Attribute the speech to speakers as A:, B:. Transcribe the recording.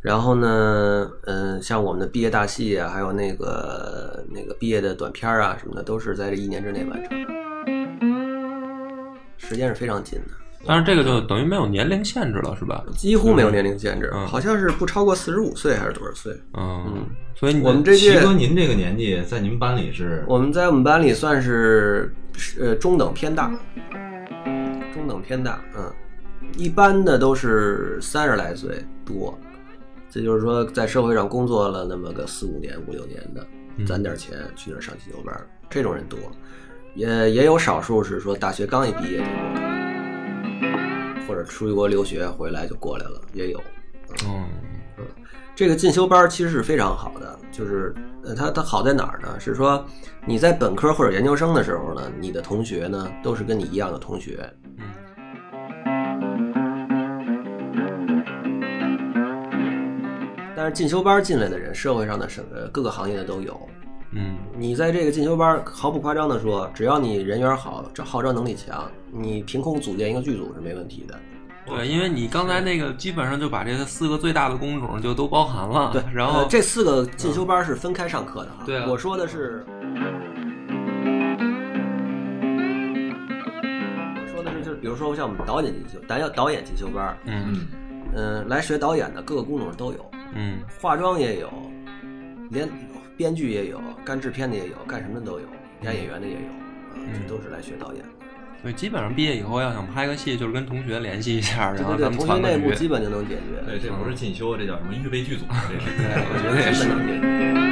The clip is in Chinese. A: 然后呢，嗯，像我们的毕业大戏啊，还有那个那个毕业的短片啊什么的，都是在这一年之内完成的，时间是非常紧的，
B: 但是这个就等于没有年龄限制了，是吧？
A: 几乎没有年龄限制，
B: 嗯
A: 好像是不超过四十五岁还是多少岁？
B: 嗯，所以你
A: 我们这届
C: 齐哥，您这个年纪，在您班里是
A: 我们在我们班里算是呃中等偏大，中等偏大，嗯，一般的都是三十来岁多，这就是说在社会上工作了那么个四五年、五六年的，攒点钱去那儿上急救班儿，这种人多，也也有少数是说大学刚一毕业就过来，或者出国留学回来就过来了，也有，
B: 嗯
A: 这个进修班儿其实是非常好的，就是呃，它它好在哪儿呢？是说你在本科或者研究生的时候呢，你的同学呢都是跟你一样的同学，
B: 嗯
A: 但是进修班儿进来的人，社会上的是呃各个行业的都有。
B: 嗯
A: 你在这个进修班儿，毫不夸张的说，只要你人缘好，这号召能力强，你凭空组建一个剧组是没问题的。
B: 对，因为你刚才那个基本上就把这四个最大的工种就都包含了，
A: 对，
B: 然后
A: 呃这四个进修班儿是分开上课的哈。
B: 对啊
A: 我说的是，我说的是就是比如说像我们导演进修，咱要导演进修班儿，
B: 嗯
C: 嗯
A: 嗯、来学导演的各个工种都有，
B: 嗯
A: 化妆也有，连编剧也有，干制片的也有，干什么的都有，演演员的也有，啊、
B: 嗯
A: 这都是来学导演的。
B: 所以基本上毕业以后要想拍个戏，就是跟同学联系一下，
A: 对
B: 然
A: 对
B: 后
A: 对，
B: 咱们
A: 同学
B: 团个
A: 内部
B: 局
A: 基。本就能解决，
C: 对，这不是进修，这叫什么预备剧组，这是。
B: 对，我觉得也
A: 基
B: 是
A: 本。能解决。